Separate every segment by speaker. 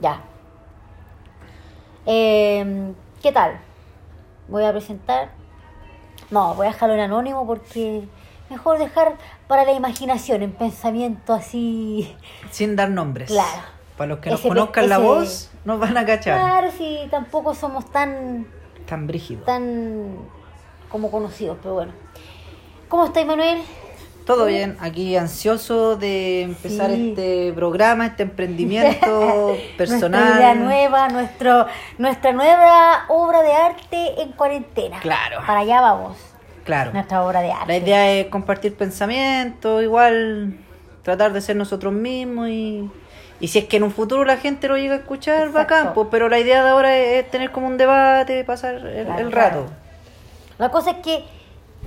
Speaker 1: Ya. Eh, ¿Qué tal? Voy a presentar. No, voy a dejarlo en anónimo porque mejor dejar para la imaginación, en pensamiento así.
Speaker 2: Sin dar nombres.
Speaker 1: Claro.
Speaker 2: Para los que nos
Speaker 1: Ese pe-
Speaker 2: conozcan la
Speaker 1: ese-
Speaker 2: voz, nos van a cachar.
Speaker 1: Claro, si tampoco somos tan
Speaker 2: Tan brígido.
Speaker 1: tan como conocidos, pero bueno. ¿Cómo estáis, Manuel?
Speaker 2: Todo bien, aquí ansioso de empezar
Speaker 1: Sí.
Speaker 2: este programa, este emprendimiento
Speaker 1: Nuestra idea
Speaker 2: personal.
Speaker 1: nueva, nuestro, nuestra nueva obra de arte en cuarentena.
Speaker 2: Claro.
Speaker 1: Para allá vamos.
Speaker 2: Claro.
Speaker 1: Nuestra obra de
Speaker 2: La
Speaker 1: arte.
Speaker 2: idea es compartir pensamientos, igual tratar de ser nosotros mismos y, y si es que en un futuro la gente lo llega a escuchar,
Speaker 1: Exacto.
Speaker 2: bacán, pues, pero la idea de ahora es, es tener como un debate, pasar el,
Speaker 1: Claro,
Speaker 2: el rato.
Speaker 1: claro. La cosa es que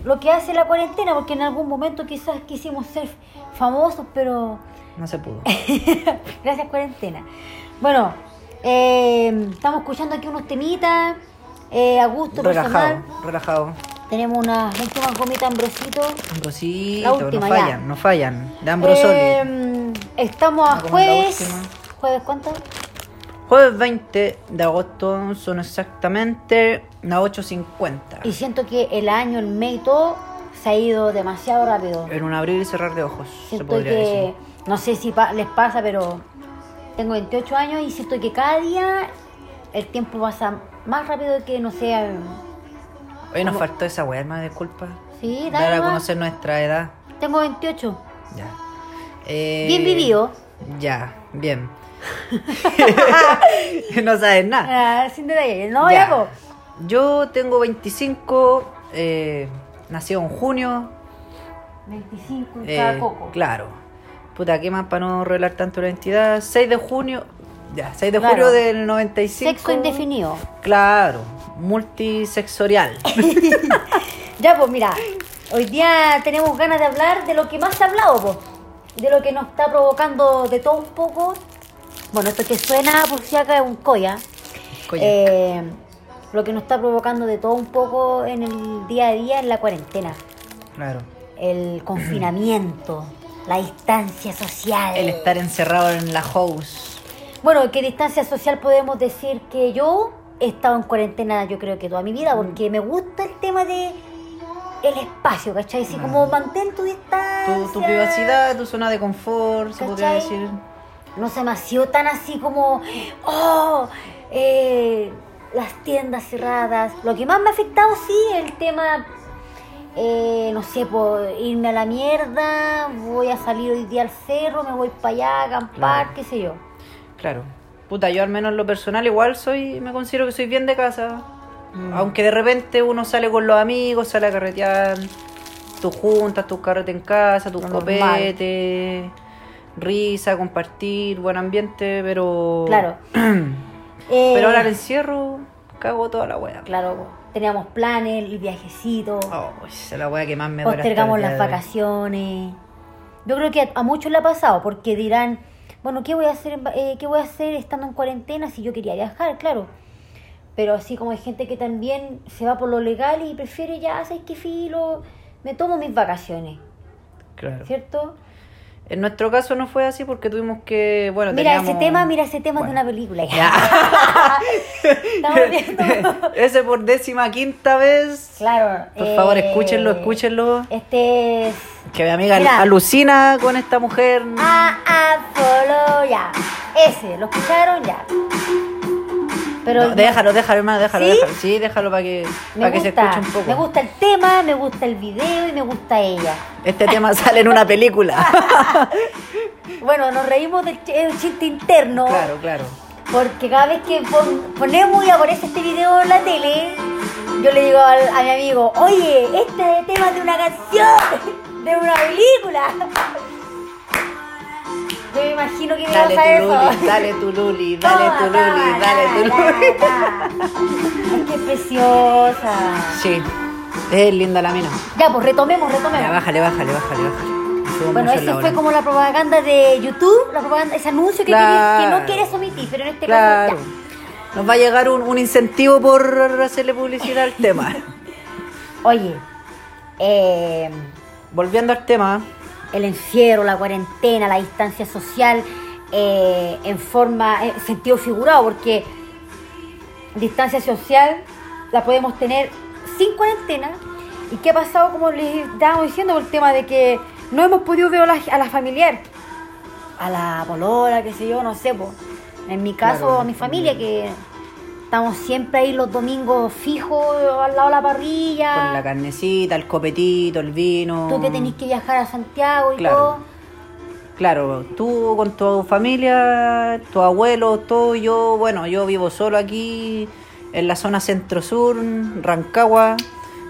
Speaker 1: lo que hace la cuarentena, porque en algún momento quizás quisimos ser famosos, pero
Speaker 2: No se pudo.
Speaker 1: Gracias, cuarentena. Bueno, eh, estamos escuchando aquí unos temitas eh, a gusto
Speaker 2: relajado,
Speaker 1: personal.
Speaker 2: relajado.
Speaker 1: Tenemos unas últimas gomitas ambrosito.
Speaker 2: Ambrosito,
Speaker 1: La última,
Speaker 2: no
Speaker 1: ya.
Speaker 2: fallan, no fallan. De Ambrosoli.
Speaker 1: Eh, estamos a
Speaker 2: Vamos con la
Speaker 1: jueves.
Speaker 2: última.
Speaker 1: ¿Jueves cuánto?
Speaker 2: Jueves 20 de agosto son exactamente las 8.50.
Speaker 1: Y siento que el año, el mes y todo se ha ido demasiado rápido.
Speaker 2: En un abrir y cerrar de ojos, se
Speaker 1: Siento
Speaker 2: podría
Speaker 1: que,
Speaker 2: decir.
Speaker 1: no sé si pa- les pasa, pero tengo 28 años y siento que cada día el tiempo pasa más rápido que, no sé,
Speaker 2: Hoy nos
Speaker 1: como-
Speaker 2: faltó esa weá, hermano, disculpa.
Speaker 1: sí,
Speaker 2: Dar
Speaker 1: dale
Speaker 2: a
Speaker 1: nomás.
Speaker 2: conocer nuestra edad.
Speaker 1: Tengo 28.
Speaker 2: Ya. Eh,
Speaker 1: Bien vivido.
Speaker 2: Ya, bien. no sabes nada.
Speaker 1: Ah, sin detalle. No,
Speaker 2: Ya.
Speaker 1: ya, po.
Speaker 2: Yo tengo 25, eh, nacido en junio.
Speaker 1: 25 en
Speaker 2: eh,
Speaker 1: cada coco.
Speaker 2: claro. Puta, ¿qué más para no revelar tanto la identidad? 6 de junio. Ya, 6 de
Speaker 1: Claro.
Speaker 2: junio del 95.
Speaker 1: Sexo indefinido.
Speaker 2: Claro, multisexorial.
Speaker 1: Ya, pues mira, hoy día tenemos ganas de hablar de lo que más se ha hablado, po. De lo que nos está provocando de todo un poco. Bueno, esto que suena por si acá es un coya.
Speaker 2: Coño.
Speaker 1: Eh, lo que nos está provocando de todo un poco en el día a día, en la cuarentena.
Speaker 2: claro.
Speaker 1: El confinamiento, la distancia social.
Speaker 2: El estar encerrado en la house.
Speaker 1: Bueno, que distancia social podemos decir que yo he estado en cuarentena, yo creo que toda mi vida, porque me gusta el tema de el espacio, ¿cachai? Así como mantén tu distancia.
Speaker 2: Tu, tu privacidad, tu zona de confort, se podría
Speaker 1: ¿Cachai?
Speaker 2: decir.
Speaker 1: No se me ha sido tan así como, oh, eh, las tiendas cerradas. Lo que más me ha afectado, sí, el tema, eh, no sé, por irme a la mierda, voy a salir hoy día al cerro, me voy para allá, a acampar,
Speaker 2: Claro.
Speaker 1: qué sé yo.
Speaker 2: Claro. Puta, yo al menos en lo personal igual soy, me considero que soy bien de casa. Aunque de repente uno sale con los amigos, sale a carretear, tus juntas, tus carretes en casa, tus
Speaker 1: Lo normal.
Speaker 2: copetes, risa, compartir, buen ambiente, pero...
Speaker 1: Claro.
Speaker 2: Pero ahora
Speaker 1: Eh,
Speaker 2: al encierro cago toda la wea.
Speaker 1: Claro, teníamos planes, el viajecito,
Speaker 2: Oh, esa es la wea que más me duele hasta el
Speaker 1: postergamos
Speaker 2: día
Speaker 1: las
Speaker 2: de hoy.
Speaker 1: vacaciones. Yo creo que a, a muchos le ha pasado porque dirán, bueno, ¿qué voy a hacer en va- eh, qué voy a hacer estando en cuarentena si yo quería viajar? Claro. Pero así como hay gente que también se va por lo legal y prefiere ya, ¿sabes qué filo? Me tomo mis vacaciones,
Speaker 2: Claro.
Speaker 1: ¿cierto?
Speaker 2: En nuestro caso no fue así porque tuvimos que, bueno,
Speaker 1: mira ese
Speaker 2: teníamos-
Speaker 1: tema, mira ese tema
Speaker 2: Bueno.
Speaker 1: es de una película.
Speaker 2: Ya.
Speaker 1: Estamos viendo.
Speaker 2: Ese por décima quinta vez.
Speaker 1: claro.
Speaker 2: Por favor,
Speaker 1: eh,
Speaker 2: escúchenlo, escúchenlo.
Speaker 1: Este es
Speaker 2: Que mi amiga
Speaker 1: Mira.
Speaker 2: alucina con esta mujer.
Speaker 1: A Apolo, ya. Ese, ¿lo escucharon? Ya. Pero
Speaker 2: No, déjalo, déjalo, hermano, déjalo,
Speaker 1: ¿Sí?
Speaker 2: déjalo. Sí, déjalo para que,
Speaker 1: me
Speaker 2: para que se
Speaker 1: gusta,
Speaker 2: escuche un poco.
Speaker 1: Me gusta el tema, me gusta el video y me gusta ella.
Speaker 2: Este tema sale en una película.
Speaker 1: Bueno, nos reímos del ch- es un chiste interno.
Speaker 2: Claro, claro.
Speaker 1: Porque cada vez que pon- ponemos y aparece este video en la tele, yo le digo al- a mi amigo, oye, este es el tema de una canción, de una película. Yo me imagino que me
Speaker 2: Dale
Speaker 1: pasa
Speaker 2: tu
Speaker 1: eso.
Speaker 2: Luli, dale tu Luli, dale tu Luli, dale tu Luli.
Speaker 1: Luli. Qué preciosa.
Speaker 2: Sí, es linda la mina.
Speaker 1: Ya, pues retomemos,
Speaker 2: Ya,
Speaker 1: retomemos.
Speaker 2: bájale, bájale, bájale, bájale.
Speaker 1: Bueno,
Speaker 2: Subo mucho en la
Speaker 1: ese
Speaker 2: hora.
Speaker 1: fue como la propaganda de YouTube, la propaganda, ese anuncio que,
Speaker 2: Claro.
Speaker 1: querías- que no quieres omitir, pero en este
Speaker 2: Claro.
Speaker 1: caso
Speaker 2: Nos va a llegar un, un incentivo por hacerle publicidad al tema.
Speaker 1: ya. Oye, eh,
Speaker 2: Volviendo al tema,
Speaker 1: el encierro, la cuarentena, la distancia social, eh, en forma, en sentido figurado, porque distancia social la podemos tener sin cuarentena. ¿Y qué ha pasado, como les estábamos diciendo, por el tema de que no hemos podido ver a la, a la familiar, a la polola, qué sé yo, no sé, po. en mi caso,
Speaker 2: Claro.
Speaker 1: a mi familia, que estamos siempre ahí los domingos fijos al lado de la parrilla.
Speaker 2: Con la carnecita, el copetito, el vino.
Speaker 1: Ah. Tú que tenés que viajar a Santiago y
Speaker 2: Claro.
Speaker 1: todo.
Speaker 2: Claro, tú con tu familia, tu abuelo, todo yo, bueno, yo vivo solo aquí en la zona centro-sur, Rancagua,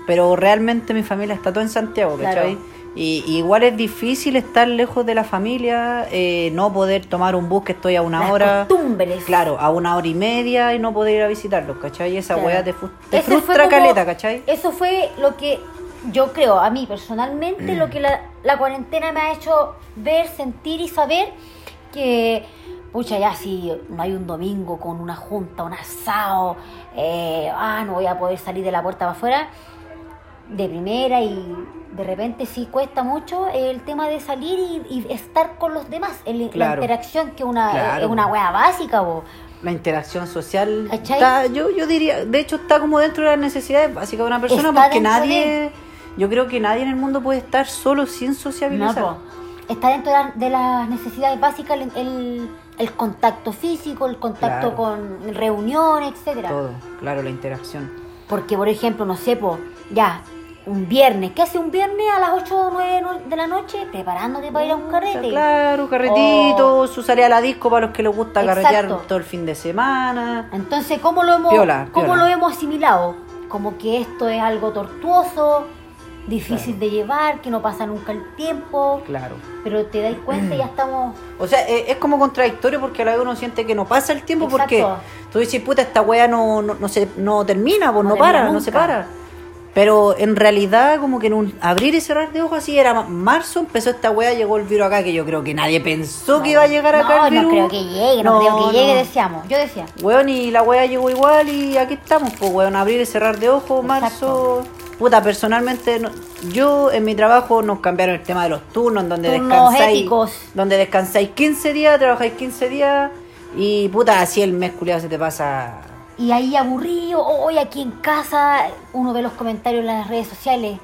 Speaker 2: pero realmente mi familia está todo en Santiago,
Speaker 1: Claro.
Speaker 2: ¿cachai? Y, y igual es difícil estar lejos de la familia, eh, no poder tomar un bus que estoy a una
Speaker 1: Las
Speaker 2: hora,
Speaker 1: costumbres.
Speaker 2: claro, a una hora y media y no poder ir a visitarlos, ¿cachai? Esa
Speaker 1: Claro.
Speaker 2: weá te, frus- te
Speaker 1: Ese fue
Speaker 2: frustra
Speaker 1: como-
Speaker 2: caleta, ¿cachai?
Speaker 1: Eso fue lo que yo creo, a mí personalmente, lo que la, la cuarentena me ha hecho ver, sentir y saber que, pucha, ya si no hay un domingo con una junta, un asado, eh, ah, no voy a poder salir de la puerta para afuera, de primera y de repente sí cuesta mucho el tema de salir y, y estar con los demás, el- la
Speaker 2: Claro.
Speaker 1: interacción que una,
Speaker 2: Claro,
Speaker 1: es una
Speaker 2: po.
Speaker 1: wea básica, po.
Speaker 2: La interacción social
Speaker 1: ¿Cachai?
Speaker 2: está- yo, yo diría, de hecho está como dentro de las necesidades básicas de una persona
Speaker 1: Está
Speaker 2: porque
Speaker 1: dentro
Speaker 2: nadie,
Speaker 1: de-
Speaker 2: yo creo que nadie en el mundo puede estar solo sin
Speaker 1: No,
Speaker 2: sociabilizar.
Speaker 1: po. Está dentro de, la- de las necesidades básicas el, el- el contacto físico, el contacto
Speaker 2: Claro.
Speaker 1: con reuniones, etcétera.
Speaker 2: Todo, claro, la interacción.
Speaker 1: Porque, por ejemplo, no sé, po, ya, un viernes, ¿qué hace un viernes a las 8 o 9 no- de la noche? Preparándote para ir a un carrete.
Speaker 2: Mm, Claro, carretito, su salida a la disco para los que les gusta
Speaker 1: Exacto.
Speaker 2: carretear todo el fin de semana.
Speaker 1: Entonces, ¿cómo lo hemos,
Speaker 2: Piola,
Speaker 1: cómo
Speaker 2: piola.
Speaker 1: Lo hemos asimilado? Como que esto es algo tortuoso, difícil de llevar, que no pasa nunca el tiempo,
Speaker 2: Claro.
Speaker 1: pero te das cuenta y ya estamos...
Speaker 2: O sea, e- es, como contradictorio porque a la vez uno siente que no pasa el tiempo porque
Speaker 1: Exacto.
Speaker 2: tú dices, puta, esta weá no, no, no se, no termina, pues
Speaker 1: No
Speaker 2: no,
Speaker 1: termina
Speaker 2: para, no se
Speaker 1: nunca.
Speaker 2: para. Pero en realidad, como que en un abrir y cerrar de ojos así, era ma- marzo, empezó esta weá, llegó el virus acá, que yo creo que nadie pensó que iba a llegar acá
Speaker 1: No,
Speaker 2: el virus.
Speaker 1: no creo que llegue, no, creo
Speaker 2: No,
Speaker 1: que llegue,
Speaker 2: no.
Speaker 1: deseamos. Yo decía.
Speaker 2: Weón, y la weá llegó igual y aquí estamos, pues weón, abrir y cerrar de ojos, marzo. Puta, personalmente, no- yo en mi trabajo nos cambiaron el tema de los turnos, donde
Speaker 1: Turnos
Speaker 2: descansáis.
Speaker 1: éticos.
Speaker 2: Donde descansáis 15 días, trabajáis 15 días y puta, así el mes culiado se te pasa.
Speaker 1: Y ahí aburrido, hoy aquí en casa, uno ve los comentarios en las redes sociales.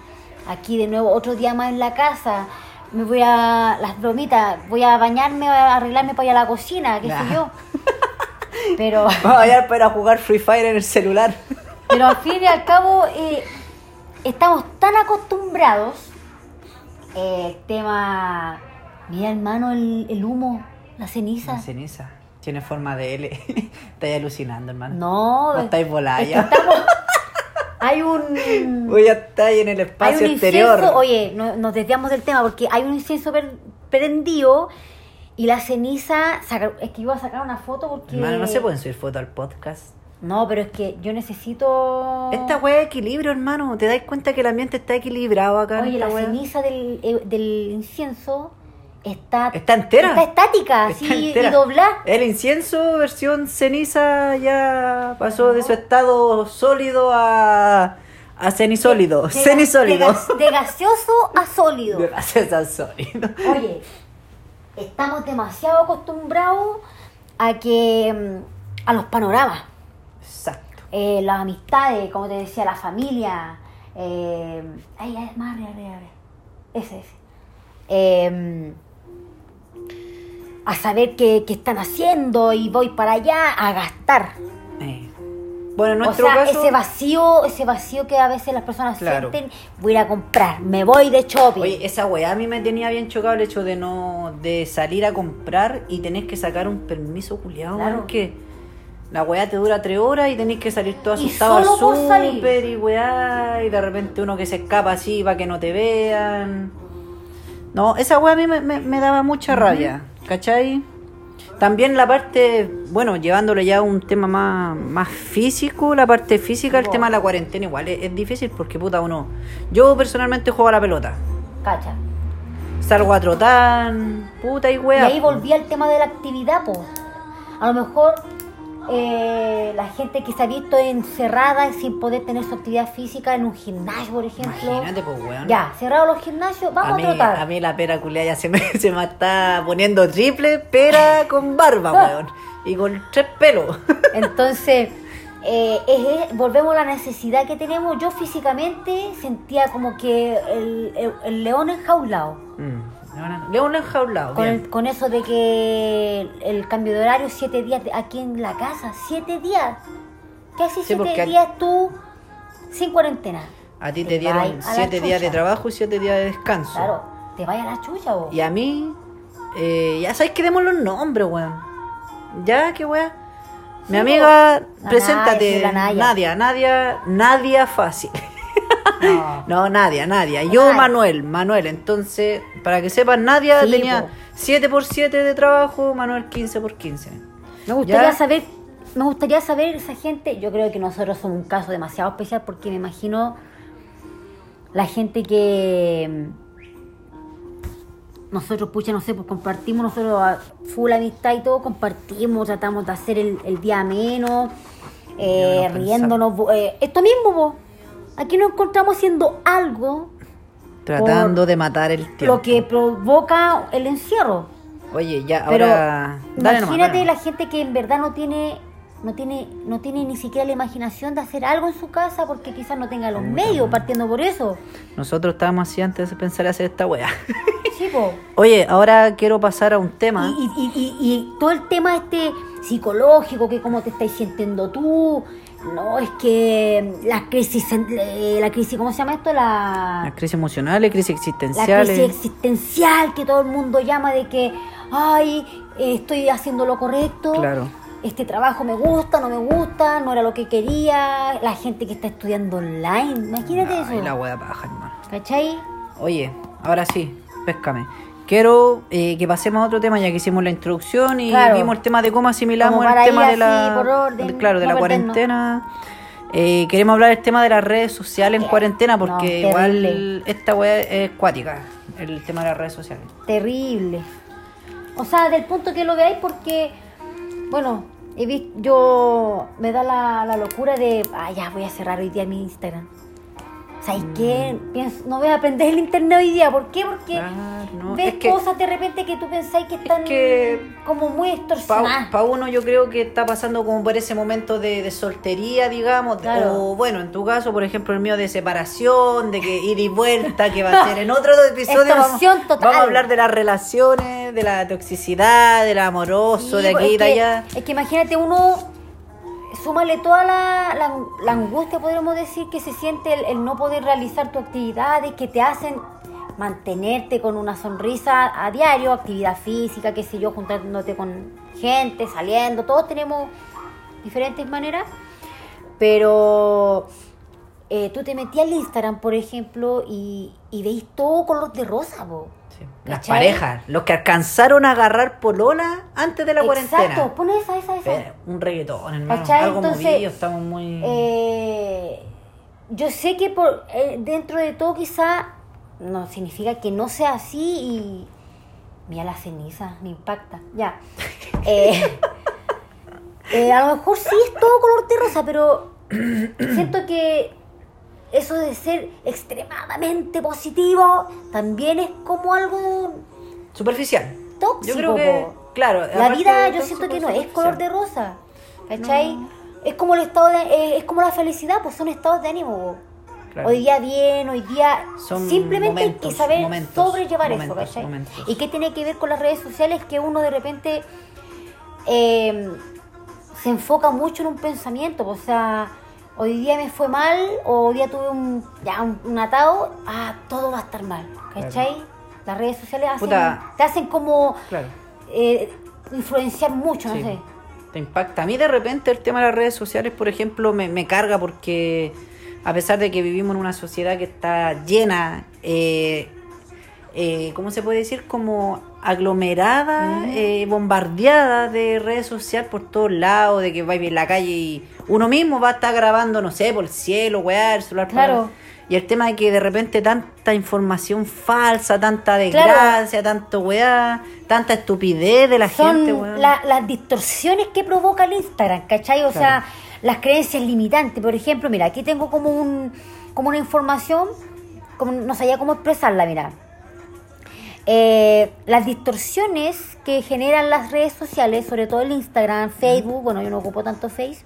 Speaker 1: Aquí de nuevo, otro día más en la casa. Me voy a las bromitas, voy a bañarme, voy a arreglarme para ir a la cocina, qué
Speaker 2: Nah.
Speaker 1: sé yo. Pero,
Speaker 2: Vamos allá para jugar Free Fire en el celular.
Speaker 1: pero al fin y al cabo, eh, estamos tan acostumbrados. eh, el tema. Mira, hermano, el, el humo, la ceniza.
Speaker 2: La ceniza. Tiene forma de L. estáis alucinando, hermano.
Speaker 1: No,
Speaker 2: No
Speaker 1: es-
Speaker 2: estáis volada
Speaker 1: es que
Speaker 2: ya.
Speaker 1: estamos- hay un.
Speaker 2: Hoy ya estáis en el
Speaker 1: Hay
Speaker 2: espacio
Speaker 1: un
Speaker 2: exterior.
Speaker 1: incienso. Oye, no- nos desviamos del tema porque hay un incienso per- prendido y la ceniza. saca- es que iba a sacar una foto porque.
Speaker 2: Hermano, no se pueden subir fotos al podcast.
Speaker 1: No, pero es que yo necesito.
Speaker 2: Esta weá de equilibrio, hermano. ¿Te das cuenta que el ambiente está equilibrado acá? en
Speaker 1: Oye,
Speaker 2: esta
Speaker 1: la
Speaker 2: weá?
Speaker 1: ceniza del, eh, del incienso está.
Speaker 2: Está entera.
Speaker 1: Está estática,
Speaker 2: Está
Speaker 1: así
Speaker 2: entera.
Speaker 1: y doblada.
Speaker 2: El incienso, versión ceniza, ya pasó de su estado sólido a, a cenisólido.
Speaker 1: De- de-
Speaker 2: cenisólido.
Speaker 1: De, gas- de gaseoso a sólido.
Speaker 2: De gases a sólido.
Speaker 1: Oye, estamos demasiado acostumbrados a que mm, a los panoramas,
Speaker 2: Exacto.
Speaker 1: eh, las amistades, como te decía, la familia. eh, ay, ay, más arriba, arriba, arriba. Ese, ese. Eh, a saber qué, qué están haciendo y voy para allá a gastar.
Speaker 2: Eh. Bueno, en
Speaker 1: O
Speaker 2: nuestro
Speaker 1: sea,
Speaker 2: caso.
Speaker 1: ese vacío, ese vacío que a veces las personas
Speaker 2: Claro.
Speaker 1: sienten, voy a ir a comprar, me voy de shopping.
Speaker 2: Oye, esa weá a mí me tenía bien chocado el hecho de no de salir a comprar y tenés que sacar un permiso culiado,
Speaker 1: Claro.
Speaker 2: weón, que la weá te dura tres horas y tenés que salir todo
Speaker 1: Y
Speaker 2: asustado al
Speaker 1: solo por salir.
Speaker 2: súper y weá, y de repente uno que se escapa así para que no te vean. No, esa weá a mí me, me- me daba mucha rabia, ¿cachai? También la parte, bueno, llevándolo ya a un tema más, más físico, la parte física, el
Speaker 1: Wow.
Speaker 2: tema de la cuarentena igual es, es difícil porque puta uno. Yo personalmente juego a la pelota.
Speaker 1: Cacha.
Speaker 2: Salgo a trotar, puta y
Speaker 1: Y
Speaker 2: wea.
Speaker 1: ahí volví al tema de la actividad, pues. A lo mejor eh, la gente que se ha visto encerrada y sin poder tener su actividad física en un gimnasio, por ejemplo.
Speaker 2: Imagínate, pues, weón.
Speaker 1: Ya, cerrados los gimnasios, vamos a,
Speaker 2: a, mí,
Speaker 1: trotar.
Speaker 2: a mí la pera culia ya se me, se me está poniendo triple pera con barba, weón. Y con tres pelos.
Speaker 1: Entonces, eh, es- es- volvemos a la necesidad que tenemos. Yo físicamente sentía como que el, el- el león enjaulado.
Speaker 2: Mm, Leona- Leona enjaulado.
Speaker 1: Con,
Speaker 2: bien.
Speaker 1: el- con eso de que el, el cambio de horario, siete días de- aquí en la casa, siete días. ¿Qué haces
Speaker 2: Sí, porque-
Speaker 1: siete días tú sin cuarentena?
Speaker 2: A ti
Speaker 1: Te
Speaker 2: te
Speaker 1: vai a
Speaker 2: dieron
Speaker 1: la
Speaker 2: siete días de
Speaker 1: chucha.
Speaker 2: trabajo y siete días de descanso.
Speaker 1: Claro, te vaya a la chucha vos.
Speaker 2: Y a mí, eh, ya sabéis que demos los nombres, weón. Ya, qué weón. Mi
Speaker 1: Sí,
Speaker 2: amiga,
Speaker 1: po. La Nadia,
Speaker 2: preséntate.
Speaker 1: sí, la Nadia.
Speaker 2: Nadia, Nadia, Nadia fácil.
Speaker 1: No.
Speaker 2: No, Nadia, Nadia. Yo,
Speaker 1: Nadia.
Speaker 2: Manuel, Manuel. Entonces, para que sepan, Nadia
Speaker 1: Sí, po.
Speaker 2: tenía 7 por 7 de trabajo, Manuel 15 por 15.
Speaker 1: Me gustaría
Speaker 2: Ya.
Speaker 1: saber, me gustaría saber esa gente. Yo creo que nosotros somos un caso demasiado especial porque me imagino la gente que mm, nosotros, pucha, no sé, pues compartimos nosotros ah, full amistad y todo, compartimos, tratamos de hacer el, el día menos,
Speaker 2: Ya no
Speaker 1: riéndonos. bo- eh, esto mismo, vos. Aquí nos encontramos haciendo algo
Speaker 2: Tratando de matar el tiempo.
Speaker 1: lo que provoca el encierro.
Speaker 2: Oye, ya,
Speaker 1: Pero
Speaker 2: ahora. Dale nomás,
Speaker 1: imagínate
Speaker 2: dale
Speaker 1: la
Speaker 2: nomás.
Speaker 1: gente que en verdad no tiene, no tiene, no tiene ni siquiera la imaginación de hacer algo en su casa porque quizás no tenga los medios partiendo por eso.
Speaker 2: Nosotros estábamos así antes de pensar hacer esta wea.
Speaker 1: Chico.
Speaker 2: Oye, ahora quiero pasar a un tema.
Speaker 1: Y, y- y- y- y todo el tema este psicológico, que cómo te estáis sintiendo tú, no, es que la crisis, eh, la crisis, ¿cómo se llama esto?
Speaker 2: Las crisis emocionales, crisis
Speaker 1: la crisis
Speaker 2: existenciales.
Speaker 1: existencial que todo el mundo llama de que, ay, eh, estoy haciendo lo correcto,
Speaker 2: Claro.
Speaker 1: este trabajo me gusta, no me gusta, no era lo que quería, la gente que está estudiando online, imagínate
Speaker 2: Ay,
Speaker 1: eso.
Speaker 2: la wea paja, hermano.
Speaker 1: ¿Cachai?
Speaker 2: Oye, ahora sí, péscame. Quiero eh, que pasemos a otro tema, ya que hicimos la introducción y
Speaker 1: Claro.
Speaker 2: vimos el tema de cómo asimilamos
Speaker 1: Como para
Speaker 2: el tema
Speaker 1: ir
Speaker 2: de la.
Speaker 1: así, por orden,
Speaker 2: claro, de
Speaker 1: no
Speaker 2: la
Speaker 1: perdernos.
Speaker 2: cuarentena. Eh, queremos hablar del tema de las redes sociales en
Speaker 1: Eh,
Speaker 2: cuarentena,
Speaker 1: no,
Speaker 2: porque igual
Speaker 1: terrible.
Speaker 2: esta wea es cuática, el tema de las redes sociales.
Speaker 1: Terrible. O sea, del punto que lo veáis porque, bueno, he visto, yo me da la, la locura de, ah, ya voy a cerrar hoy día mi Instagram. ¿Sabes qué? Pienso- no voy a aprender el internet hoy día. ¿Por qué? Porque
Speaker 2: Mm. Claro, no,
Speaker 1: ves
Speaker 2: es que-
Speaker 1: cosas de repente que tú pensáis que están
Speaker 2: que-
Speaker 1: como muy
Speaker 2: Para
Speaker 1: distorsionadas.
Speaker 2: uno yo creo que está pasando como por ese momento de, de soltería, digamos, de-
Speaker 1: Claro.
Speaker 2: o bueno, en tu caso, por ejemplo, el mío de separación, de que ir y vuelta, que va a ser en otro episodio. Vamos,
Speaker 1: Extorsión total.
Speaker 2: vamos a hablar de las relaciones, de la toxicidad, del amoroso,
Speaker 1: Sí, pues,
Speaker 2: de aquí
Speaker 1: es
Speaker 2: y de
Speaker 1: que-
Speaker 2: allá.
Speaker 1: Es que imagínate uno, súmale toda la, la, la angustia, podríamos decir, que se siente el, el no poder realizar tus actividades que te hacen mantenerte con una sonrisa a diario, actividad física, qué sé yo, juntándote con gente, saliendo, todos tenemos diferentes maneras, pero eh, tú te metías al Instagram, por ejemplo, y, y veis todo color de rosa, vos.
Speaker 2: Las
Speaker 1: ¿Cachai?
Speaker 2: parejas, los que alcanzaron a agarrar polona antes de la
Speaker 1: Exacto,
Speaker 2: cuarentena.
Speaker 1: pon esa, esa, esa.
Speaker 2: Pero, un reggaetón, hermano,
Speaker 1: ¿Cachai?
Speaker 2: algo
Speaker 1: Entonces,
Speaker 2: movido, estamos muy...
Speaker 1: Eh, yo sé que por eh, dentro de todo quizá no significa que no sea así y mira la ceniza, me impacta, ya. Eh, eh, a lo mejor sí es todo color de rosa, pero siento que eso de ser extremadamente positivo también es como algo
Speaker 2: superficial.
Speaker 1: tóxico.
Speaker 2: Yo creo que,
Speaker 1: po.
Speaker 2: claro.
Speaker 1: La
Speaker 2: aparte
Speaker 1: vida
Speaker 2: de
Speaker 1: yo siento
Speaker 2: tóxico,
Speaker 1: que no es
Speaker 2: superficial.
Speaker 1: color de rosa, ¿cachai?
Speaker 2: No.
Speaker 1: Es como el estado de, eh, es como la felicidad, pues son estados de ánimo. po.
Speaker 2: Claro.
Speaker 1: Hoy día bien, hoy día
Speaker 2: Son
Speaker 1: simplemente hay
Speaker 2: momentos,
Speaker 1: que saber
Speaker 2: momentos,
Speaker 1: sobrellevar
Speaker 2: momentos,
Speaker 1: eso, ¿cachai?
Speaker 2: momentos.
Speaker 1: ¿Y qué tiene que ver con las redes sociales? Que uno de repente eh, se enfoca mucho en un pensamiento, pues, o sea, hoy día me fue mal, o hoy día tuve un, ya, un, un atado, ah, todo va a estar mal, ¿cachai? Las redes sociales hacen-
Speaker 2: Puta.
Speaker 1: te hacen como
Speaker 2: Claro.
Speaker 1: eh, influenciar mucho, no
Speaker 2: Sí.
Speaker 1: sé.
Speaker 2: Te impacta. A mí de repente el tema de las redes sociales, por ejemplo, me, me carga porque a pesar de que vivimos en una sociedad que está llena, eh, eh, ¿cómo se puede decir? Como aglomerada,
Speaker 1: Mm.
Speaker 2: eh, bombardeada de redes sociales por todos lados, de que vais en la calle y uno mismo va a estar grabando, no sé, por el cielo, weá, el celular. para-
Speaker 1: Claro.
Speaker 2: Y el tema de que de repente tanta información falsa, tanta desgracia, tanto weá, tanta estupidez de la gente,
Speaker 1: Son
Speaker 2: weón.
Speaker 1: la- las distorsiones que provoca el Instagram, ¿cachai? O sea,
Speaker 2: Claro.
Speaker 1: las creencias limitantes. Por ejemplo, mira, aquí tengo como un como una información, como, no sabía cómo expresarla, mira. Eh, las distorsiones que generan las redes sociales, sobre todo el Instagram, Facebook, bueno, yo no ocupo tanto Face,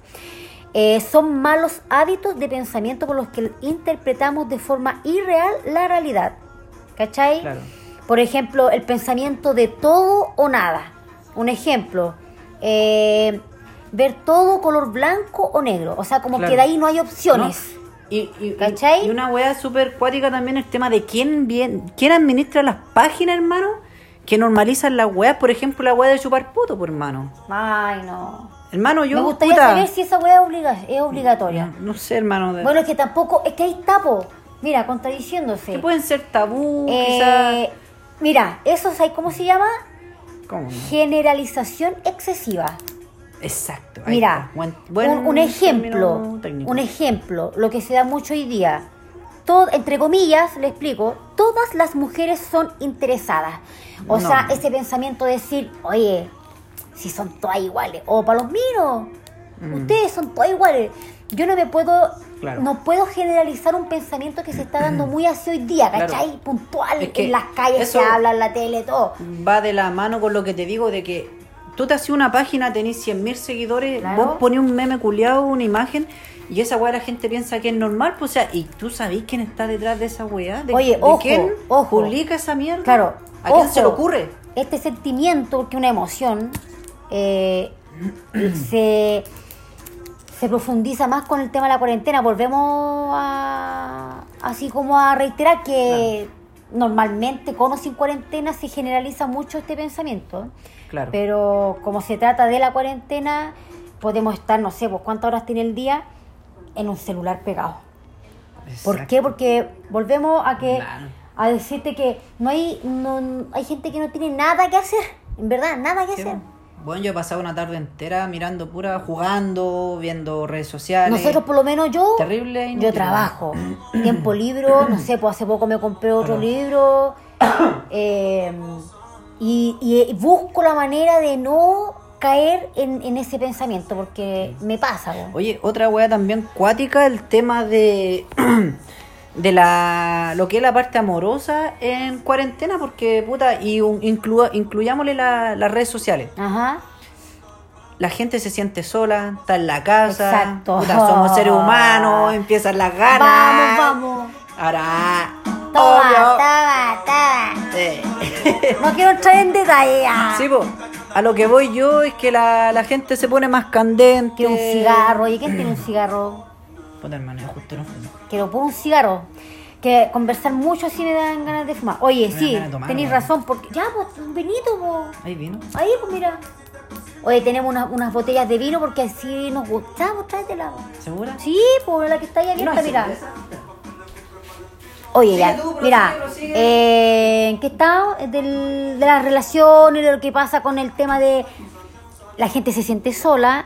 Speaker 1: eh, son malos hábitos de pensamiento por los que interpretamos de forma irreal la realidad. ¿Cachai?
Speaker 2: Claro.
Speaker 1: Por ejemplo, el pensamiento de todo o nada. Un ejemplo, eh, ver todo color blanco o negro. O sea, como
Speaker 2: Claro.
Speaker 1: que de ahí no hay opciones.
Speaker 2: ¿No? Y, y-
Speaker 1: ¿Cachai?
Speaker 2: y una weá súper cuática también el tema de quién bien, quién administra las páginas, hermano, que normalizan las weas, por ejemplo, la weá de chupar puto, por hermano.
Speaker 1: Ay, no.
Speaker 2: Hermano, yo
Speaker 1: Me gustaría
Speaker 2: puta, Mm,
Speaker 1: saber si esa weá es, obliga- es obligatoria.
Speaker 2: No sé, hermano. de-
Speaker 1: Bueno, es que tampoco, es que ahí tapo. Mira, contradiciéndose.
Speaker 2: que pueden ser tabú,
Speaker 1: Eh, Mira, eso es ahí, ¿cómo se llama?
Speaker 2: quizás. ¿Cómo no?
Speaker 1: Generalización excesiva.
Speaker 2: Exacto. ahí
Speaker 1: Mira,
Speaker 2: está. Buen-
Speaker 1: un-
Speaker 2: buen
Speaker 1: un, ejemplo,
Speaker 2: término técnico.
Speaker 1: un ejemplo, lo que se da mucho hoy día. Todo, entre comillas, le explico, todas las mujeres son interesadas. O
Speaker 2: No.
Speaker 1: sea, ese pensamiento de decir, oye, si son todas iguales, o palomino,
Speaker 2: Mm.
Speaker 1: ustedes son todas iguales. Yo no me puedo,
Speaker 2: Claro.
Speaker 1: no puedo generalizar un pensamiento que se está dando muy así hoy día,
Speaker 2: Claro.
Speaker 1: ¿cachai? Puntual,
Speaker 2: Es que
Speaker 1: en las calles
Speaker 2: eso-
Speaker 1: se habla, en la tele, todo.
Speaker 2: va de la mano con lo que te digo de que tú te haces una página, tenés 100.000 seguidores,
Speaker 1: Claro.
Speaker 2: vos ponés un meme culiado, una imagen, y esa weá la gente piensa que es normal, pues, o sea, y tú sabés quién está detrás de esa weá, de,
Speaker 1: Oye,
Speaker 2: de
Speaker 1: ojo,
Speaker 2: quién
Speaker 1: ojo.
Speaker 2: publica esa mierda.
Speaker 1: Claro.
Speaker 2: ¿A quién se le
Speaker 1: ojo,
Speaker 2: ocurre?
Speaker 1: Este sentimiento, porque una emoción, eh, se, se profundiza más con el tema de la cuarentena. Volvemos a, así como a reiterar que normalmente con o sin cuarentena se generaliza mucho este pensamiento.
Speaker 2: Claro.
Speaker 1: Pero como se trata de la cuarentena, podemos estar, no sé, pues cuántas horas tiene el día en un celular pegado. ¿Por
Speaker 2: Exacto.
Speaker 1: qué? Porque volvemos a que
Speaker 2: Claro.
Speaker 1: a decirte que no hay no, hay gente que no tiene nada que hacer, en verdad, nada que
Speaker 2: Sí, pues.
Speaker 1: hacer.
Speaker 2: Bueno, yo he pasado una tarde entera mirando pura, jugando, viendo redes sociales.
Speaker 1: Nosotros por lo menos yo
Speaker 2: Terrible e
Speaker 1: yo
Speaker 2: inútil.
Speaker 1: trabajo, tiempo libre, no sé, pues hace poco me compré otro
Speaker 2: Perdón.
Speaker 1: libro eh, y, y busco la manera de no caer en, en ese pensamiento porque me pasa. po.
Speaker 2: Oye, otra weá también cuática, el tema de. de la. lo que es la parte amorosa en cuarentena, porque puta, y un- inclua- incluyámosle la- las redes sociales.
Speaker 1: Ajá.
Speaker 2: La gente se siente sola, está en la casa.
Speaker 1: Exacto.
Speaker 2: Puta, somos seres humanos, empiezan las
Speaker 1: Vamos,
Speaker 2: ganas.
Speaker 1: vamos.
Speaker 2: Ahora.
Speaker 1: Toma,
Speaker 2: obvio,
Speaker 1: toma, toma.
Speaker 2: eh,
Speaker 1: No quiero entrar en detalle. ya.
Speaker 2: Sí, po. a lo que voy yo es que la, la gente se pone más candente.
Speaker 1: Quiero un cigarro. Oye, ¿quién tiene un cigarro?
Speaker 2: Puta, hermano, yo justo no fumo.
Speaker 1: Quiero por un cigarro. Que conversar mucho así me dan ganas de fumar. Oye,
Speaker 2: Me dan
Speaker 1: sí,
Speaker 2: ganas de tomar,
Speaker 1: tenéis
Speaker 2: weón.
Speaker 1: razón. porque Ya, pues, un vinito, pues.
Speaker 2: Ahí vino.
Speaker 1: Ahí, pues, mira. Oye, tenemos unas, unas botellas de vino porque así nos gustamos. Tráetela. pues.
Speaker 2: ¿Segura?
Speaker 1: Sí, pues, la que está ahí
Speaker 2: No,
Speaker 1: abierta,
Speaker 2: es
Speaker 1: mira.
Speaker 2: cerveza.
Speaker 1: Oye,
Speaker 2: Sigue
Speaker 1: ya,
Speaker 2: tú, prosigue,
Speaker 1: mira,
Speaker 2: prosigue.
Speaker 1: eh, ¿en qué está? Del- de las relaciones, de lo que pasa con el tema de la gente se siente sola,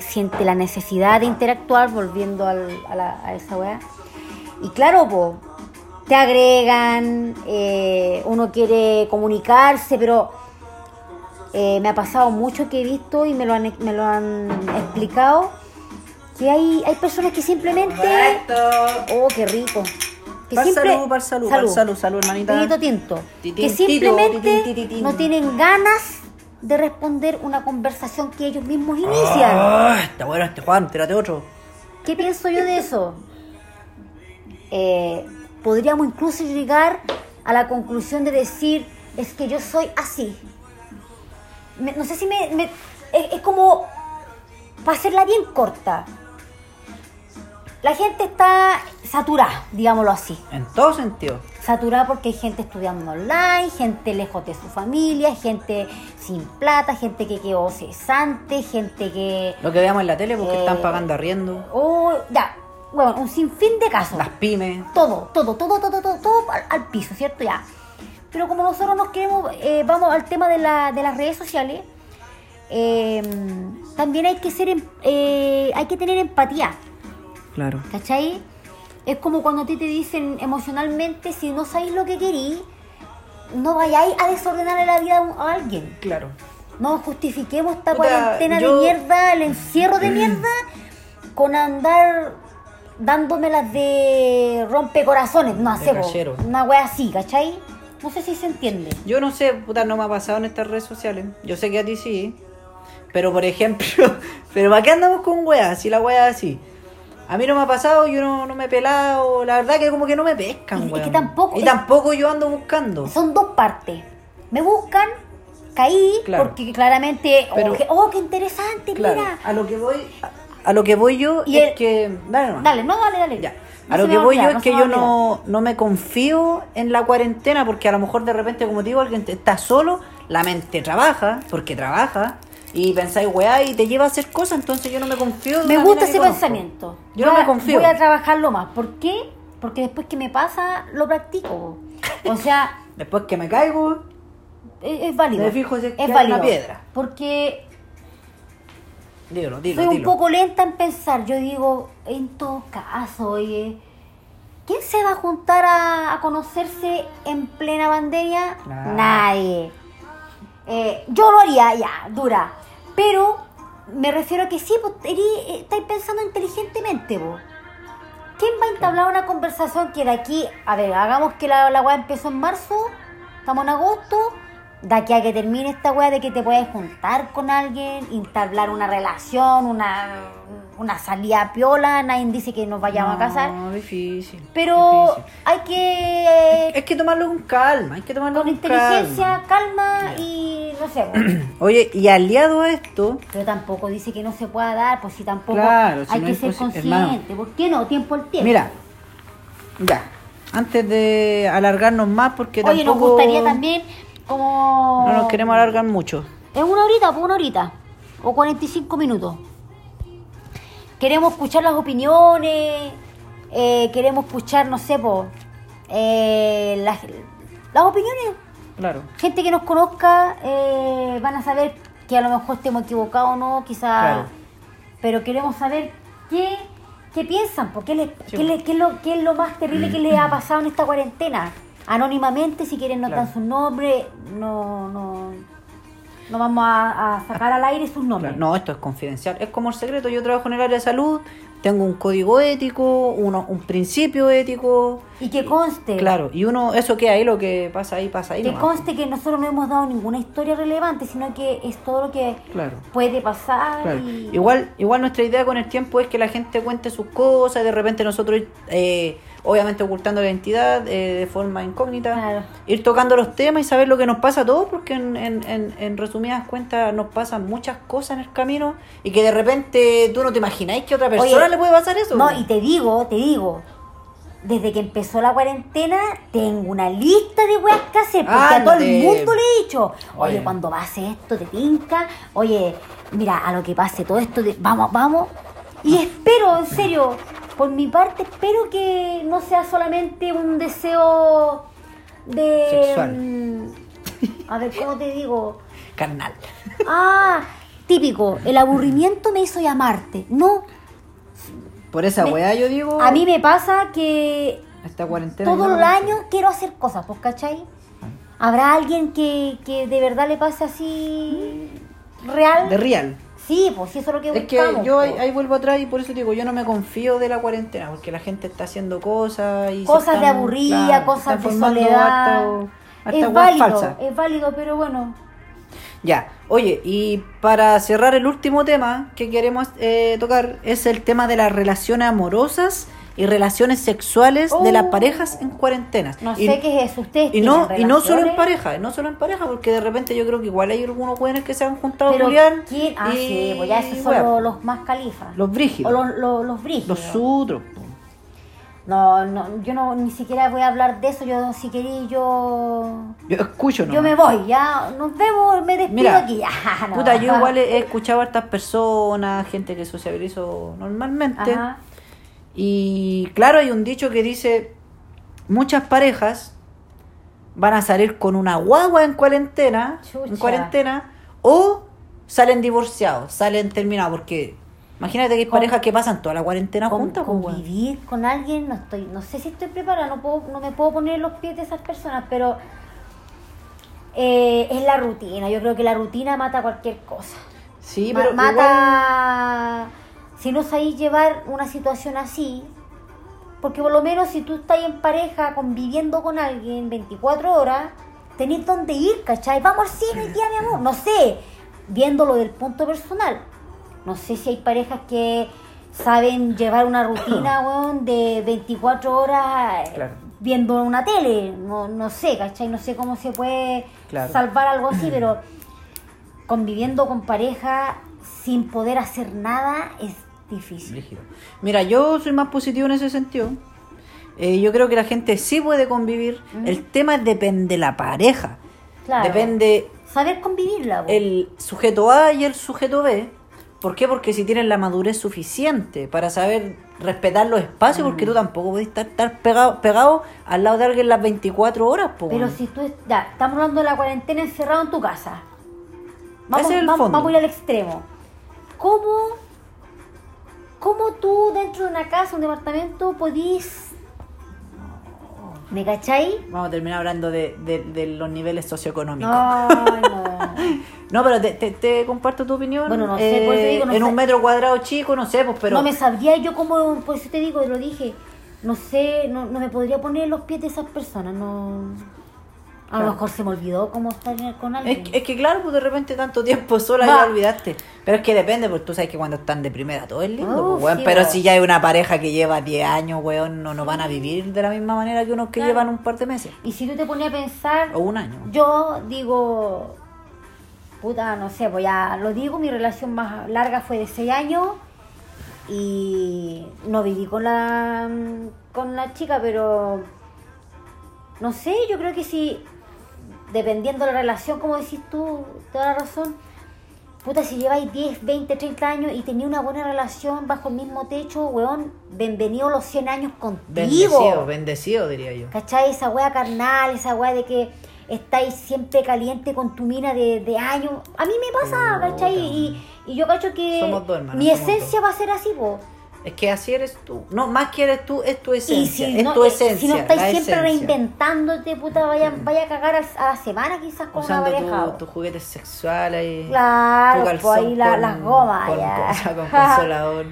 Speaker 1: siente la necesidad de interactuar, volviendo al- a, la- a esa weá. Y claro, po, te agregan, eh, uno quiere comunicarse, pero eh, me ha pasado mucho que he visto y me lo han, me lo han explicado, que hay, hay personas que simplemente... Oh, qué rico. Que
Speaker 2: Pal
Speaker 1: simple-
Speaker 2: salud, pal salud, pal salud, salud, hermanita.
Speaker 1: Vinito tinto.
Speaker 2: Titín,
Speaker 1: que
Speaker 2: tito,
Speaker 1: simplemente
Speaker 2: titín, titín.
Speaker 1: no tienen ganas de responder una conversación que ellos mismos inician.
Speaker 2: Ah, está bueno este Juan, tírate otro.
Speaker 1: ¿Qué pienso yo de eso? Eh, podríamos incluso llegar a la conclusión de decir, es que yo soy así. Me- no sé si me... me- es, es como... Para hacerla bien corta. La gente está saturada, digámoslo así.
Speaker 2: En todo sentido.
Speaker 1: saturada porque hay gente estudiando online, gente lejos de su familia, gente sin plata, gente que quedó cesante, gente que...
Speaker 2: Lo que veamos en la tele porque
Speaker 1: Eh.
Speaker 2: están pagando arriendo.
Speaker 1: Oh, ya, bueno, un sinfín de casos.
Speaker 2: Las pymes.
Speaker 1: Todo, todo, todo, todo, todo, todo al, al piso, ¿cierto? Ya. Pero como nosotros nos queremos, eh, vamos al tema de, la- de las redes sociales, eh, también hay que ser, em- eh, hay que tener empatía.
Speaker 2: Claro.
Speaker 1: ¿Cachai? Es como cuando a ti te dicen emocionalmente, si no sabéis lo que querís, no vayáis a desordenarle la vida a un- a alguien.
Speaker 2: Claro.
Speaker 1: No justifiquemos esta
Speaker 2: Puta,
Speaker 1: cuarentena
Speaker 2: yo-
Speaker 1: de mierda, el encierro de mierda, con andar dándomelas de rompecorazones, no
Speaker 2: De
Speaker 1: sé, po,
Speaker 2: cachero.
Speaker 1: una wea así, ¿cachai? No sé si se entiende.
Speaker 2: Yo no sé, puta, no me ha pasado en estas redes sociales. Yo sé que a ti sí. Pero por ejemplo, pero ¿para qué andamos con weas? Si la wea es así. A mí no me ha pasado, yo no, no me he pelado. La verdad que como que no me
Speaker 1: Y-
Speaker 2: pescan,
Speaker 1: y
Speaker 2: weón.
Speaker 1: que tampoco-
Speaker 2: Y tampoco yo ando buscando.
Speaker 1: Son dos partes. Me buscan, caí,
Speaker 2: Claro.
Speaker 1: porque claramente, oh,
Speaker 2: Pero-
Speaker 1: que- oh, qué interesante,
Speaker 2: Claro.
Speaker 1: mira.
Speaker 2: A lo que voy. A, a lo que voy yo
Speaker 1: Y
Speaker 2: es
Speaker 1: el-
Speaker 2: que. Dale, nomás.
Speaker 1: Dale, no, dale, dale.
Speaker 2: Ya.
Speaker 1: No
Speaker 2: A
Speaker 1: se
Speaker 2: lo
Speaker 1: me
Speaker 2: que
Speaker 1: va a
Speaker 2: voy yo
Speaker 1: olvidar,
Speaker 2: es
Speaker 1: se
Speaker 2: que
Speaker 1: me
Speaker 2: yo
Speaker 1: va a olvidar.
Speaker 2: no, no me confío en la cuarentena, porque a lo mejor de repente, como te digo, alguien te- está solo, la mente trabaja, porque trabaja, y pensáis, weá, y te lleva a hacer cosas, entonces yo no me confío. de
Speaker 1: Me
Speaker 2: una mina
Speaker 1: gusta
Speaker 2: que
Speaker 1: ese
Speaker 2: conozco.
Speaker 1: pensamiento.
Speaker 2: Yo
Speaker 1: Voy
Speaker 2: no
Speaker 1: a-
Speaker 2: me confío.
Speaker 1: Voy a trabajarlo más. ¿Por qué? Porque después que me pasa, lo practico. O sea,
Speaker 2: Después que me caigo,
Speaker 1: es, es válido.
Speaker 2: Me fijo si es que hay
Speaker 1: es válido.
Speaker 2: una piedra.
Speaker 1: Porque
Speaker 2: dilo, dilo,
Speaker 1: soy un
Speaker 2: dilo.
Speaker 1: poco lenta en pensar. Yo digo, en todo caso, oye, ¿quién se va a juntar a, a conocerse en plena pandemia?
Speaker 2: Nah.
Speaker 1: Nadie. Eh, yo lo haría, ya, dura. Pero me refiero a que sí, pues, eri- eh, estáis pensando inteligentemente, vos. ¿Quién va a entablar una conversación que de aquí, a ver, hagamos que la, la weá empezó en marzo, estamos en agosto, de aquí a que termine esta weá de que te puedas juntar con alguien, entablar una relación, una, una salida piola, nadie dice que nos vayamos a casar,
Speaker 2: No, difícil.
Speaker 1: pero
Speaker 2: difícil.
Speaker 1: hay que,
Speaker 2: Es que tomarlo con calma, hay que tomarlo
Speaker 1: con
Speaker 2: con,
Speaker 1: inteligencia,
Speaker 2: calma.
Speaker 1: calma y no sé. pues.
Speaker 2: Oye, y aliado a esto,
Speaker 1: Pero tampoco dice que no se pueda dar, pues si tampoco
Speaker 2: Claro, si
Speaker 1: hay
Speaker 2: no
Speaker 1: que
Speaker 2: es
Speaker 1: ser
Speaker 2: posi-
Speaker 1: consciente.
Speaker 2: hermano.
Speaker 1: ¿Por qué no? Tiempo al tiempo.
Speaker 2: Mira, ya, antes de alargarnos más, porque
Speaker 1: Oye, nos
Speaker 2: tampoco
Speaker 1: gustaría también como...
Speaker 2: no nos queremos alargar mucho.
Speaker 1: Es una horita, pues una horita. O 45 minutos. Queremos escuchar las opiniones. eh, queremos escuchar, no sé, po, eh, las, las opiniones.
Speaker 2: Claro.
Speaker 1: Gente que nos conozca eh, van a saber que a lo mejor estemos equivocados o no, quizá.
Speaker 2: Claro.
Speaker 1: Pero queremos saber qué, qué piensan, po, qué, les-
Speaker 2: Sí,
Speaker 1: qué
Speaker 2: po.
Speaker 1: les- qué es lo, qué es lo más terrible que les ha pasado en esta cuarentena. Anónimamente, si quieren, no
Speaker 2: Claro.
Speaker 1: dan sus nombres, no, no, no vamos a, a sacar al aire sus nombres.
Speaker 2: No, esto es confidencial. Es como el secreto. Yo trabajo en el área de salud, tengo un código ético, uno, un principio ético.
Speaker 1: Y que conste,
Speaker 2: Claro, y uno, eso que ahí, lo que pasa ahí, pasa ahí.
Speaker 1: que
Speaker 2: nomás.
Speaker 1: conste que nosotros no hemos dado ninguna historia relevante, sino que es todo lo que
Speaker 2: Claro.
Speaker 1: puede pasar.
Speaker 2: Claro.
Speaker 1: y-
Speaker 2: Igual, igual nuestra idea con el tiempo es que la gente cuente sus cosas, de repente nosotros, eh, obviamente ocultando la identidad eh, de forma incógnita,
Speaker 1: Claro.
Speaker 2: ir tocando los temas y saber lo que nos pasa a todos, porque en, en- en- en resumidas cuentas nos pasan muchas cosas en el camino y que de repente tú no te imagináis que a otra persona le puede pasar eso. pues,
Speaker 1: No, y te digo, te digo. Desde que empezó la cuarentena, tengo una lista de weas que hacer, porque a todo el
Speaker 2: Ándate.
Speaker 1: mundo le he dicho, oye,
Speaker 2: Oye.
Speaker 1: cuando pase esto, te pinca, oye, mira, a lo que pase todo esto, te- vamos, vamos. Y
Speaker 2: Ah.
Speaker 1: espero, en serio, por mi parte, espero que no sea solamente un deseo de...
Speaker 2: Sexual.
Speaker 1: mm, A ver, ¿cómo te digo?
Speaker 2: Carnal.
Speaker 1: Ah, típico, el aburrimiento me hizo llamarte. No,
Speaker 2: Por esa
Speaker 1: Me-
Speaker 2: weá yo digo,
Speaker 1: a mí me pasa que
Speaker 2: esta cuarentena...
Speaker 1: todo
Speaker 2: no
Speaker 1: el
Speaker 2: la-
Speaker 1: año quiero hacer cosas, pues, ¿cachai? ¿Habrá alguien que, que de verdad le pase así real?
Speaker 2: De real.
Speaker 1: Sí, pues, si eso es lo que
Speaker 2: Es que
Speaker 1: buscamos.
Speaker 2: yo ahí,
Speaker 1: pues.
Speaker 2: ahí vuelvo atrás y por eso te digo, yo no me confío de la cuarentena, porque la gente está haciendo cosas y... se
Speaker 1: cosas de
Speaker 2: están,
Speaker 1: aburrida,
Speaker 2: claro, se
Speaker 1: cosas
Speaker 2: están
Speaker 1: de
Speaker 2: formando
Speaker 1: soledad.
Speaker 2: harta- harta
Speaker 1: es
Speaker 2: weá
Speaker 1: válido,
Speaker 2: falsa.
Speaker 1: es válido, pero bueno.
Speaker 2: Ya, oye, y para cerrar el último tema que queremos eh, tocar es el tema de las relaciones amorosas y relaciones sexuales de las
Speaker 1: Oh.
Speaker 2: parejas en cuarentena.
Speaker 1: No
Speaker 2: Y-
Speaker 1: sé qué es eso. Ustedes
Speaker 2: Y no,
Speaker 1: tienen
Speaker 2: y no solo en
Speaker 1: relaciones?
Speaker 2: pareja, no solo en pareja, porque de repente yo creo que igual hay algunos jóvenes que se han juntado
Speaker 1: Pero,
Speaker 2: a Julián.
Speaker 1: ¿quién? Ah,
Speaker 2: y-
Speaker 1: sí, pues ya esos son
Speaker 2: bueno,
Speaker 1: los, los más califas.
Speaker 2: los
Speaker 1: o
Speaker 2: brígidos,
Speaker 1: los, los, los
Speaker 2: los
Speaker 1: brígidos.
Speaker 2: sutros. po.
Speaker 1: No, no, yo no, ni siquiera voy a hablar de eso. Yo, si queréis, yo
Speaker 2: Yo escucho, ¿no?
Speaker 1: Yo me voy, ya. Nos vemos, me despido
Speaker 2: Mira,
Speaker 1: aquí. Ya, no.
Speaker 2: Puta, yo igual he he escuchado a estas personas, gente que sociabilizo normalmente.
Speaker 1: Ajá.
Speaker 2: Y claro, hay un dicho que dice, muchas parejas van a salir con una guagua en cuarentena, en
Speaker 1: Chucha.
Speaker 2: cuarentena o salen divorciados, salen terminados, porque Imagínate que hay
Speaker 1: Con-
Speaker 2: parejas que pasan toda la cuarentena
Speaker 1: Con-
Speaker 2: juntas, pues, weón.
Speaker 1: convivir con alguien, no estoy, no sé si estoy preparada, no puedo, no me puedo poner en los pies de esas personas, pero eh, es la rutina. Yo creo que la rutina mata cualquier cosa.
Speaker 2: Sí,
Speaker 1: Ma-
Speaker 2: pero igual-
Speaker 1: mata. Si no sabéis llevar una situación así, porque por lo menos si tú estás en pareja conviviendo con alguien 24 horas, tenéis dónde ir, ¿cachai? Vamos al cine, hoy día, mi amor. No sé, viéndolo del punto personal. No sé si hay parejas que saben llevar una rutina, weón, de 24 horas eh,
Speaker 2: Claro.
Speaker 1: viendo una tele. No, no sé, ¿cachai? No sé cómo se puede
Speaker 2: Claro.
Speaker 1: salvar algo así, pero conviviendo con pareja sin poder hacer nada es difícil.
Speaker 2: Brígido. Mira, yo soy más positivo en ese sentido. Eh, yo creo que la gente sí puede convivir.
Speaker 1: Mm.
Speaker 2: El tema depende de la pareja.
Speaker 1: Claro.
Speaker 2: Depende
Speaker 1: Saber convivirla. po.
Speaker 2: el sujeto A y el sujeto B. ¿Por qué? Porque si tienen la madurez suficiente para saber respetar los espacios, porque tú tampoco puedes estar, estar pegado, pegado al lado de alguien las 24 horas. po,
Speaker 1: Pero
Speaker 2: weón.
Speaker 1: si tú... es- Ya, estamos hablando de la cuarentena encerrado en tu casa. Vamos,
Speaker 2: Ese es el
Speaker 1: vam-
Speaker 2: fondo.
Speaker 1: vamos a ir al extremo. ¿Cómo, ¿Cómo tú dentro de una casa, un departamento, podís... ¿Me cachai?
Speaker 2: Vamos a terminar hablando de, de- de los niveles socioeconómicos. No,
Speaker 1: No, no.
Speaker 2: pero te, te- te comparto tu opinión. Eh,
Speaker 1: Bueno, no sé, por eso digo, no
Speaker 2: en
Speaker 1: sé.
Speaker 2: un metro cuadrado chico, no sé, pues, pero...
Speaker 1: No me sabría yo cómo, por eso te digo, lo dije, no sé, no, no me podría poner en los pies de esas personas, no... A
Speaker 2: Claro.
Speaker 1: lo mejor se me olvidó cómo estar en- con
Speaker 2: Es,
Speaker 1: alguien.
Speaker 2: que- es que claro, pues de repente tanto tiempo sola
Speaker 1: Va.
Speaker 2: ya olvidaste. Pero es que depende, porque tú sabes que cuando están de primera todo es lindo,
Speaker 1: Oh,
Speaker 2: pues, weón.
Speaker 1: sí,
Speaker 2: Pero
Speaker 1: vos.
Speaker 2: si ya hay una pareja que lleva 10 años, weón, no, no van a vivir de la misma manera que unos que
Speaker 1: Claro.
Speaker 2: llevan un par de meses.
Speaker 1: Y si tú te ponías a pensar,
Speaker 2: O un año.
Speaker 1: yo digo, puta, no sé, pues ya lo digo, mi relación más larga fue de 6 años y no viví con la, con la chica, pero no sé, yo creo que si, dependiendo de la relación, como decís tú, toda la razón, puta, si lleváis 10, 20, 30 años y tenéis una buena relación bajo el mismo techo, weón, bienvenido los 100 años contigo.
Speaker 2: Bendecido, bendecido, diría yo.
Speaker 1: ¿Cachai? Esa wea carnal, esa wea de que estáis siempre caliente con tu mina de, de años. A mí me pasa,
Speaker 2: Mm, Puta.
Speaker 1: ¿cachai? Y, y yo cacho que
Speaker 2: Somos dos, hermano,
Speaker 1: mi
Speaker 2: somos
Speaker 1: esencia
Speaker 2: dos.
Speaker 1: va a ser así, po.
Speaker 2: Es que así eres tú. No, más que eres tú, es tu esencia.
Speaker 1: y si
Speaker 2: es
Speaker 1: no,
Speaker 2: tu
Speaker 1: eh,
Speaker 2: esencia.
Speaker 1: si no estáis
Speaker 2: la
Speaker 1: siempre
Speaker 2: esencia.
Speaker 1: reinventándote, puta, vaya, vaya a cagar a, a la semana quizás con
Speaker 2: Usando
Speaker 1: una
Speaker 2: tu-
Speaker 1: pareja. po.
Speaker 2: tus juguetes sexuales.
Speaker 1: Claro,
Speaker 2: tu
Speaker 1: pues,
Speaker 2: calzón
Speaker 1: ahí la-
Speaker 2: con-
Speaker 1: las gomas,
Speaker 2: Con,
Speaker 1: ya.
Speaker 2: cosa, con consolador.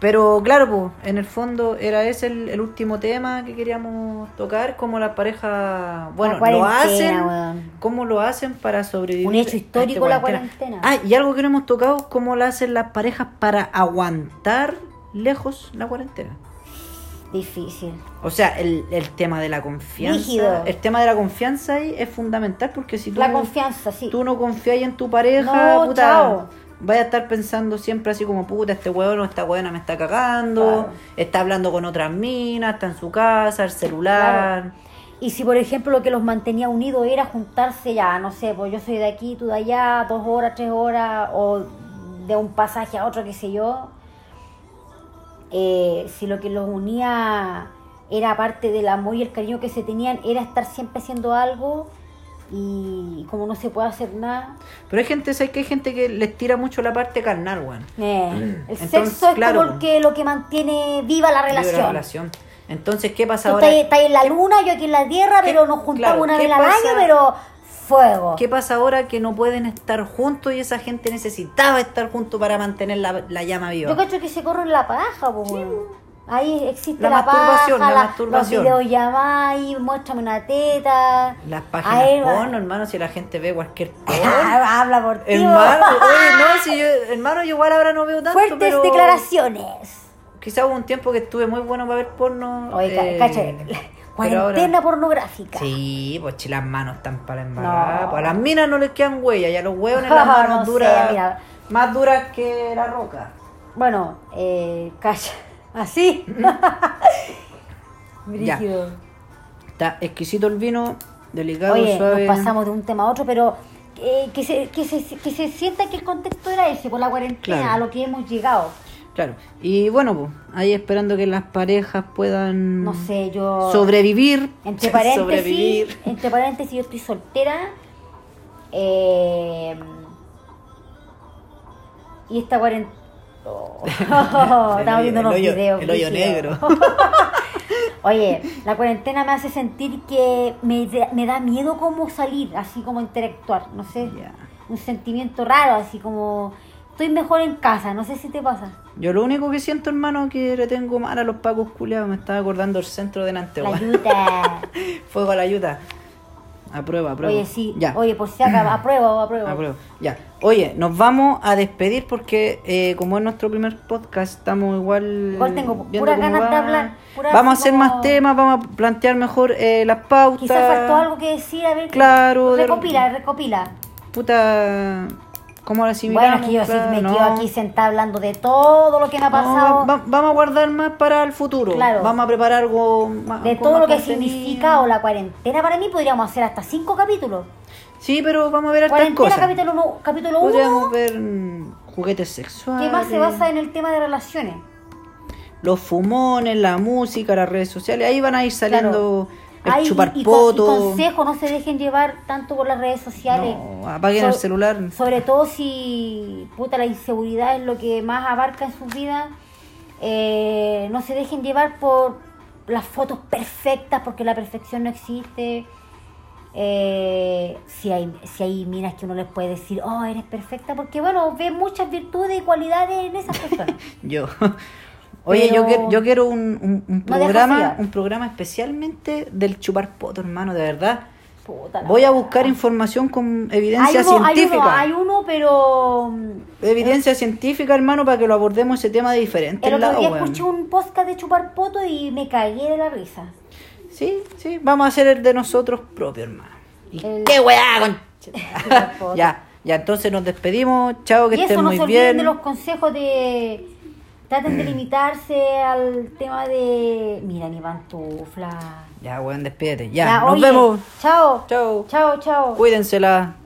Speaker 2: Pero claro, pues, en el fondo era ese el, el último tema que queríamos tocar, cómo las parejas, bueno, lo
Speaker 1: cuarentena,
Speaker 2: hacen,
Speaker 1: weón.
Speaker 2: cómo lo hacen para sobrevivir.
Speaker 1: Un hecho
Speaker 2: a esta
Speaker 1: histórico, la cuarentena.
Speaker 2: Ah, y algo que no hemos tocado, cómo lo hacen las parejas para aguantar lejos la cuarentena.
Speaker 1: Difícil.
Speaker 2: O sea, el, el tema de la confianza,
Speaker 1: Rígido.
Speaker 2: el tema de la confianza ahí es fundamental porque si tú
Speaker 1: La
Speaker 2: no-
Speaker 1: confianza, sí.
Speaker 2: tú no confías en tu pareja,
Speaker 1: No,
Speaker 2: puta,
Speaker 1: chao.
Speaker 2: vaya a estar pensando siempre así como, puta, este huevón o esta huevona me está cagando,
Speaker 1: Claro.
Speaker 2: está hablando con otras minas, está en su casa, el celular.
Speaker 1: Y si, por ejemplo, lo que los mantenía unidos era juntarse ya, no sé, pues yo soy de aquí, tú de allá, dos horas, tres horas, o de un pasaje a otro, qué sé yo. Eh, si lo que los unía era aparte del amor y el cariño que se tenían, era estar siempre haciendo algo y como no se puede hacer nada,
Speaker 2: Pero hay gente, ¿sabes que hay gente que les tira mucho la parte carnal, weón?
Speaker 1: eh, el
Speaker 2: Entonces,
Speaker 1: sexo es
Speaker 2: claro,
Speaker 1: como el que, lo que mantiene viva la
Speaker 2: Vive la
Speaker 1: relación.
Speaker 2: relación. Entonces, ¿qué pasa
Speaker 1: Tú
Speaker 2: ahora?
Speaker 1: estás, estás en la luna, yo aquí en la tierra,
Speaker 2: ¿Qué-
Speaker 1: pero nos juntamos
Speaker 2: claro,
Speaker 1: una
Speaker 2: qué
Speaker 1: vez al
Speaker 2: pasa?
Speaker 1: año, pero fuego.
Speaker 2: ¿Qué pasa ahora que no pueden estar juntos y esa gente necesitaba estar juntos para mantener la, la llama viva?
Speaker 1: Yo cacho que se corren la paja, po, weón. Ahí existe
Speaker 2: La
Speaker 1: la,
Speaker 2: masturbación,
Speaker 1: paja,
Speaker 2: la
Speaker 1: la-
Speaker 2: masturbación.
Speaker 1: los videollamadas, muéstrame una teta.
Speaker 2: Las páginas
Speaker 1: Ahí va.
Speaker 2: porno, hermano, si la gente ve cualquier porno.
Speaker 1: Ah, Habla por ti.
Speaker 2: Hermano,
Speaker 1: po.
Speaker 2: oye, no, si yo, hermano, yo igual ahora no veo tanto,
Speaker 1: Fuertes
Speaker 2: pero
Speaker 1: declaraciones.
Speaker 2: quizá hubo un tiempo que estuve muy bueno para ver porno.
Speaker 1: Oye, ca-
Speaker 2: eh,
Speaker 1: cacha,
Speaker 2: pero ahora-
Speaker 1: cuarentena pornográfica.
Speaker 2: Sí, pues si las manos están para embarrar,
Speaker 1: No.
Speaker 2: pues a las minas no les quedan huellas, y a los hueones las manos
Speaker 1: No sé,
Speaker 2: duras,
Speaker 1: mira.
Speaker 2: más duras que la roca.
Speaker 1: Bueno, eh, calla. Así. Brígido.
Speaker 2: Está exquisito el vino, delicado,
Speaker 1: Oye,
Speaker 2: suave.
Speaker 1: nos pasamos de un tema a otro, pero eh, que, se, que, se, que se sienta que el contexto era ese, por la cuarentena,
Speaker 2: Claro.
Speaker 1: a lo que hemos llegado.
Speaker 2: Claro, y bueno, pues ahí esperando que las parejas puedan
Speaker 1: No sé, yo...
Speaker 2: sobrevivir.
Speaker 1: Entre paréntesis,
Speaker 2: sobrevivir.
Speaker 1: entre paréntesis, yo estoy soltera. eh, y esta cuarentena. Oh, estamos viendo
Speaker 2: el
Speaker 1: unos
Speaker 2: hoyo-
Speaker 1: videos.
Speaker 2: el hoyo
Speaker 1: brígidos.
Speaker 2: negro.
Speaker 1: Oye, la cuarentena me hace sentir que me, da- me da miedo como salir, así como interactuar, no sé.
Speaker 2: Ya.
Speaker 1: Un sentimiento raro, así como estoy mejor en casa, no sé si te pasa.
Speaker 2: Yo lo único que siento, hermano, que le tengo mal a los pacos culiados. Me estaba acordando del centro delante,
Speaker 1: La
Speaker 2: weón.
Speaker 1: ayuda.
Speaker 2: Fuego a la ayuda. Aprueba, aprueba.
Speaker 1: Oye, sí.
Speaker 2: Ya.
Speaker 1: Oye, por si acá, apruebo, apruebo.
Speaker 2: Apruebo. Ya. Oye, nos vamos a despedir porque eh, como es nuestro primer podcast, estamos igual...
Speaker 1: Igual tengo
Speaker 2: viendo
Speaker 1: puras
Speaker 2: cómo
Speaker 1: ganas de
Speaker 2: va.
Speaker 1: hablar, puras
Speaker 2: vamos a
Speaker 1: así
Speaker 2: hacer
Speaker 1: como-
Speaker 2: más temas, vamos a plantear mejor eh, las pautas.
Speaker 1: Quizás faltó algo que decir, a ver.
Speaker 2: Claro, de-
Speaker 1: Recopila, recopila.
Speaker 2: Puta... ¿Cómo la asimilamos?
Speaker 1: Bueno, es que yo sí
Speaker 2: Claro,
Speaker 1: me
Speaker 2: no.
Speaker 1: quedo aquí sentada hablando de todo lo que me ha
Speaker 2: No,
Speaker 1: pasado,
Speaker 2: va- va- vamos a guardar más para el futuro.
Speaker 1: Claro.
Speaker 2: Vamos a preparar algo más.
Speaker 1: de
Speaker 2: con
Speaker 1: todo
Speaker 2: más
Speaker 1: lo que
Speaker 2: contenido.
Speaker 1: significa o la cuarentena para mí, podríamos hacer hasta cinco capítulos.
Speaker 2: Sí, pero vamos a ver hartas
Speaker 1: Cuarentena,
Speaker 2: cosas.
Speaker 1: capítulo uno, capítulo uno,
Speaker 2: Podríamos ver mm, juguetes sexuales.
Speaker 1: que más se basa en el tema de relaciones.
Speaker 2: Los fumones, la música, las redes sociales. Ahí van a ir saliendo el
Speaker 1: Ay, y-
Speaker 2: chupar
Speaker 1: y, con-
Speaker 2: poto.
Speaker 1: y consejo, no se dejen llevar tanto por las redes sociales.
Speaker 2: No, apaguen el
Speaker 1: So-
Speaker 2: celular.
Speaker 1: Sobre todo si puta la inseguridad es lo que más abarca en sus vidas. Eh, no se dejen llevar por las fotos perfectas porque la perfección no existe. Eh, si hay si hay minas que uno les puede decir, oh, eres perfecta, porque bueno, ve muchas virtudes y cualidades en esas personas.
Speaker 2: Yo. Oye,
Speaker 1: Pero-
Speaker 2: yo quiero, yo quiero un, un- un
Speaker 1: No dejas
Speaker 2: programa,
Speaker 1: llevar.
Speaker 2: un programa especialmente del chupar poto, hermano, de verdad.
Speaker 1: Puta la
Speaker 2: Voy a
Speaker 1: wea.
Speaker 2: buscar información con
Speaker 1: hay
Speaker 2: evidencia
Speaker 1: uno, hay
Speaker 2: científica.
Speaker 1: uno, hay uno, pero mm,
Speaker 2: Evidencia científica, hermano, para que lo abordemos ese tema de diferentes
Speaker 1: el otro
Speaker 2: lados,
Speaker 1: día
Speaker 2: weón.
Speaker 1: escuché un podcast de chupar poto y me cagué de la risa.
Speaker 2: Sí, sí, vamos a hacer el de nosotros propio, hermano. Y
Speaker 1: El-
Speaker 2: ¡Qué weá, con...
Speaker 1: Chupar poto.
Speaker 2: Ya, ya, entonces nos despedimos. Chao, que
Speaker 1: y eso,
Speaker 2: estén
Speaker 1: no
Speaker 2: muy
Speaker 1: se olviden
Speaker 2: bien. Mm.
Speaker 1: de los consejos de... Traten de limitarse al tema de... Mira mi pantufla.
Speaker 2: Ya, weón, despídete. Ya,
Speaker 1: Ya,
Speaker 2: nos
Speaker 1: oye,
Speaker 2: vemos.
Speaker 1: Chao.
Speaker 2: Chao.
Speaker 1: Chao, chao.
Speaker 2: Cuídensela.